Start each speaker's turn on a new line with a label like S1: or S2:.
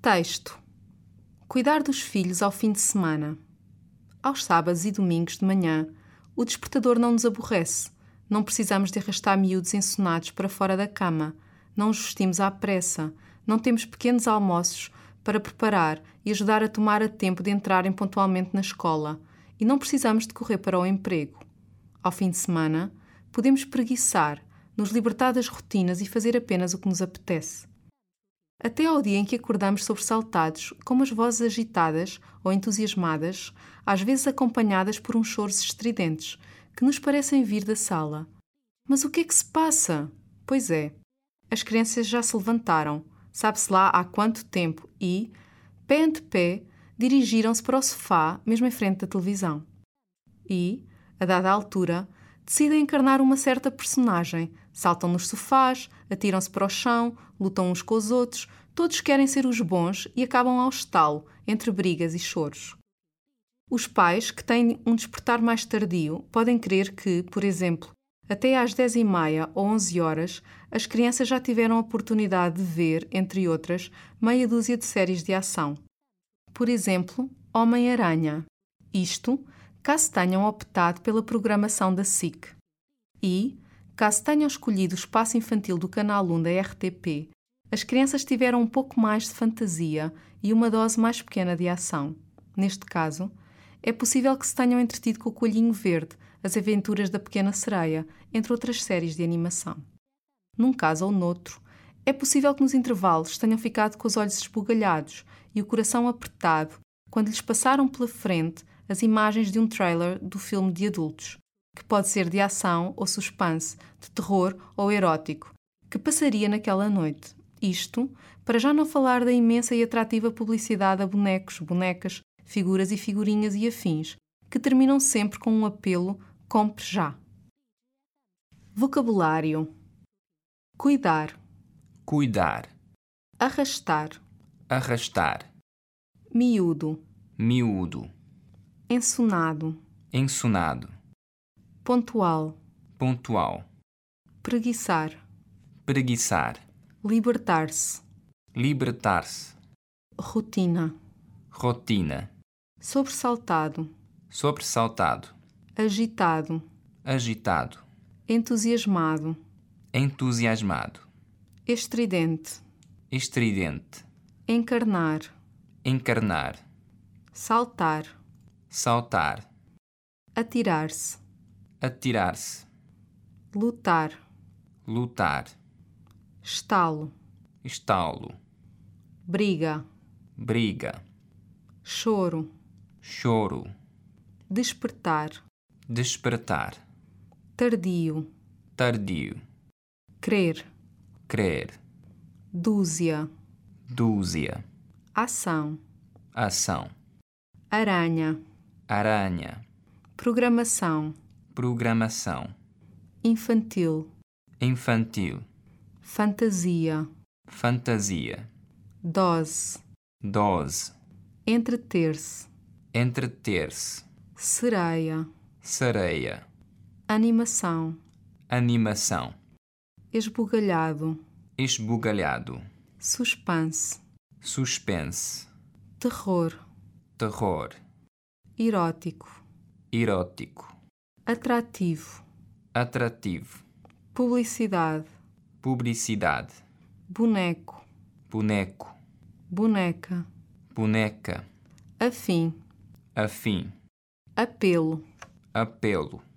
S1: Texto: Cuidar dos filhos ao fim de semana. Aos sábados e domingos de manhã, o despertador não nos aborrece. Não precisamos de arrastar miúdos ensonados para fora da cama. Não os vestimos à pressa. Não temos pequenos almoços para preparar e ajudar a tomar a tempo de entrarem pontualmente na escola. E não precisamos de correr para o emprego. Ao fim de semana, podemos preguiçar, nos libertar das rotinas e fazer apenas o que nos apetece. Até ao dia em que acordamos sobressaltados, com umas vozes agitadas ou entusiasmadas, às vezes acompanhadas por uns choros estridentes, que nos parecem vir da sala. Mas o que é que se passa? Pois é, as crianças já se levantaram, sabe-se lá há quanto tempo, e, pé ante pé, dirigiram-se para o sofá, mesmo em frente da televisão. E, a dada altura, decidem encarnar uma certa personagem. Saltam nos sofás, atiram-se para o chão, lutam uns com os outros, todos querem ser os bons e acabam ao estalo, entre brigas e choros. Os pais, que têm um despertar mais tardio, podem crer que, por exemplo, até às 10 e meia ou 11 horas, as crianças já tiveram a oportunidade de ver, entre outras, meia dúzia de séries de ação. Por exemplo, Homem-Aranha. Isto, caso tenham optado pela programação da SIC. E, caso tenham escolhido o espaço infantil do canal 1 da RTP, as crianças tiveram um pouco mais de fantasia e uma dose mais pequena de ação. Neste caso, é possível que se tenham entretido com o Coelhinho Verde, As Aventuras da Pequena Sereia, entre outras séries de animação. Num caso ou noutro, é possível que nos intervalos tenham ficado com os olhos esbugalhados e o coração apertado quando lhes passaram pela frente as imagens de um trailer do filme de adultos, que pode ser de ação ou suspense, de terror ou erótico, que passaria naquela noite. Isto, para já não falar da imensa e atrativa publicidade a bonecos, bonecas, figuras e figurinhas e afins, que terminam sempre com um apelo: compre já. Vocabulário: cuidar,
S2: cuidar,
S1: arrastar,
S2: arrastar,
S1: miúdo,
S2: miúdo,
S1: ensonado,
S2: ensunado,
S1: pontual,
S2: pontual,
S1: preguiçar,
S2: preguiçar,
S1: libertar-se,
S2: libertar-se,
S1: rotina.
S2: rotina,
S1: Sobressaltado,
S2: sobressaltado,
S1: agitado,
S2: agitado,
S1: entusiasmado,
S2: entusiasmado,
S1: estridente,
S2: estridente,
S1: encarnar,
S2: encarnar,
S1: saltar,
S2: saltar,
S1: atirar-se,
S2: atirar-se,
S1: lutar,
S2: lutar,
S1: estalo,
S2: estalo,
S1: briga,
S2: briga,
S1: choro,
S2: choro,
S1: despertar,
S2: despertar,
S1: tardio,
S2: tardio,
S1: crer,
S2: crer,
S1: dúzia,
S2: dúzia,
S1: ação,
S2: ação,
S1: aranha,
S2: aranha,
S1: programação,
S2: programação,
S1: infantil,
S2: infantil,
S1: fantasia,
S2: fantasia,
S1: dose,
S2: dose,
S1: entreter-se,
S2: entreter-se,
S1: sereia,
S2: sereia,
S1: animação.
S2: animação,
S1: esbugalhado,
S2: esbugalhado,
S1: suspense,
S2: suspense,
S1: terror,
S2: terror,
S1: erótico,
S2: erótico,
S1: atrativo,
S2: atrativo,
S1: publicidade,
S2: publicidade,
S1: boneco,
S2: boneco,
S1: boneca,
S2: boneca,
S1: afim,
S2: afim,
S1: apelo,
S2: apelo,